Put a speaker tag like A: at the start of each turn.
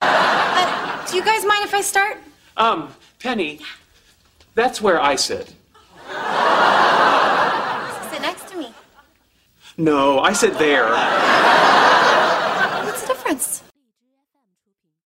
A: Uh, do you guys mind if I start?
B: Um, Penny, that's where I sit.
A: Sit next to me.
B: No, I sit there.
A: What's the difference?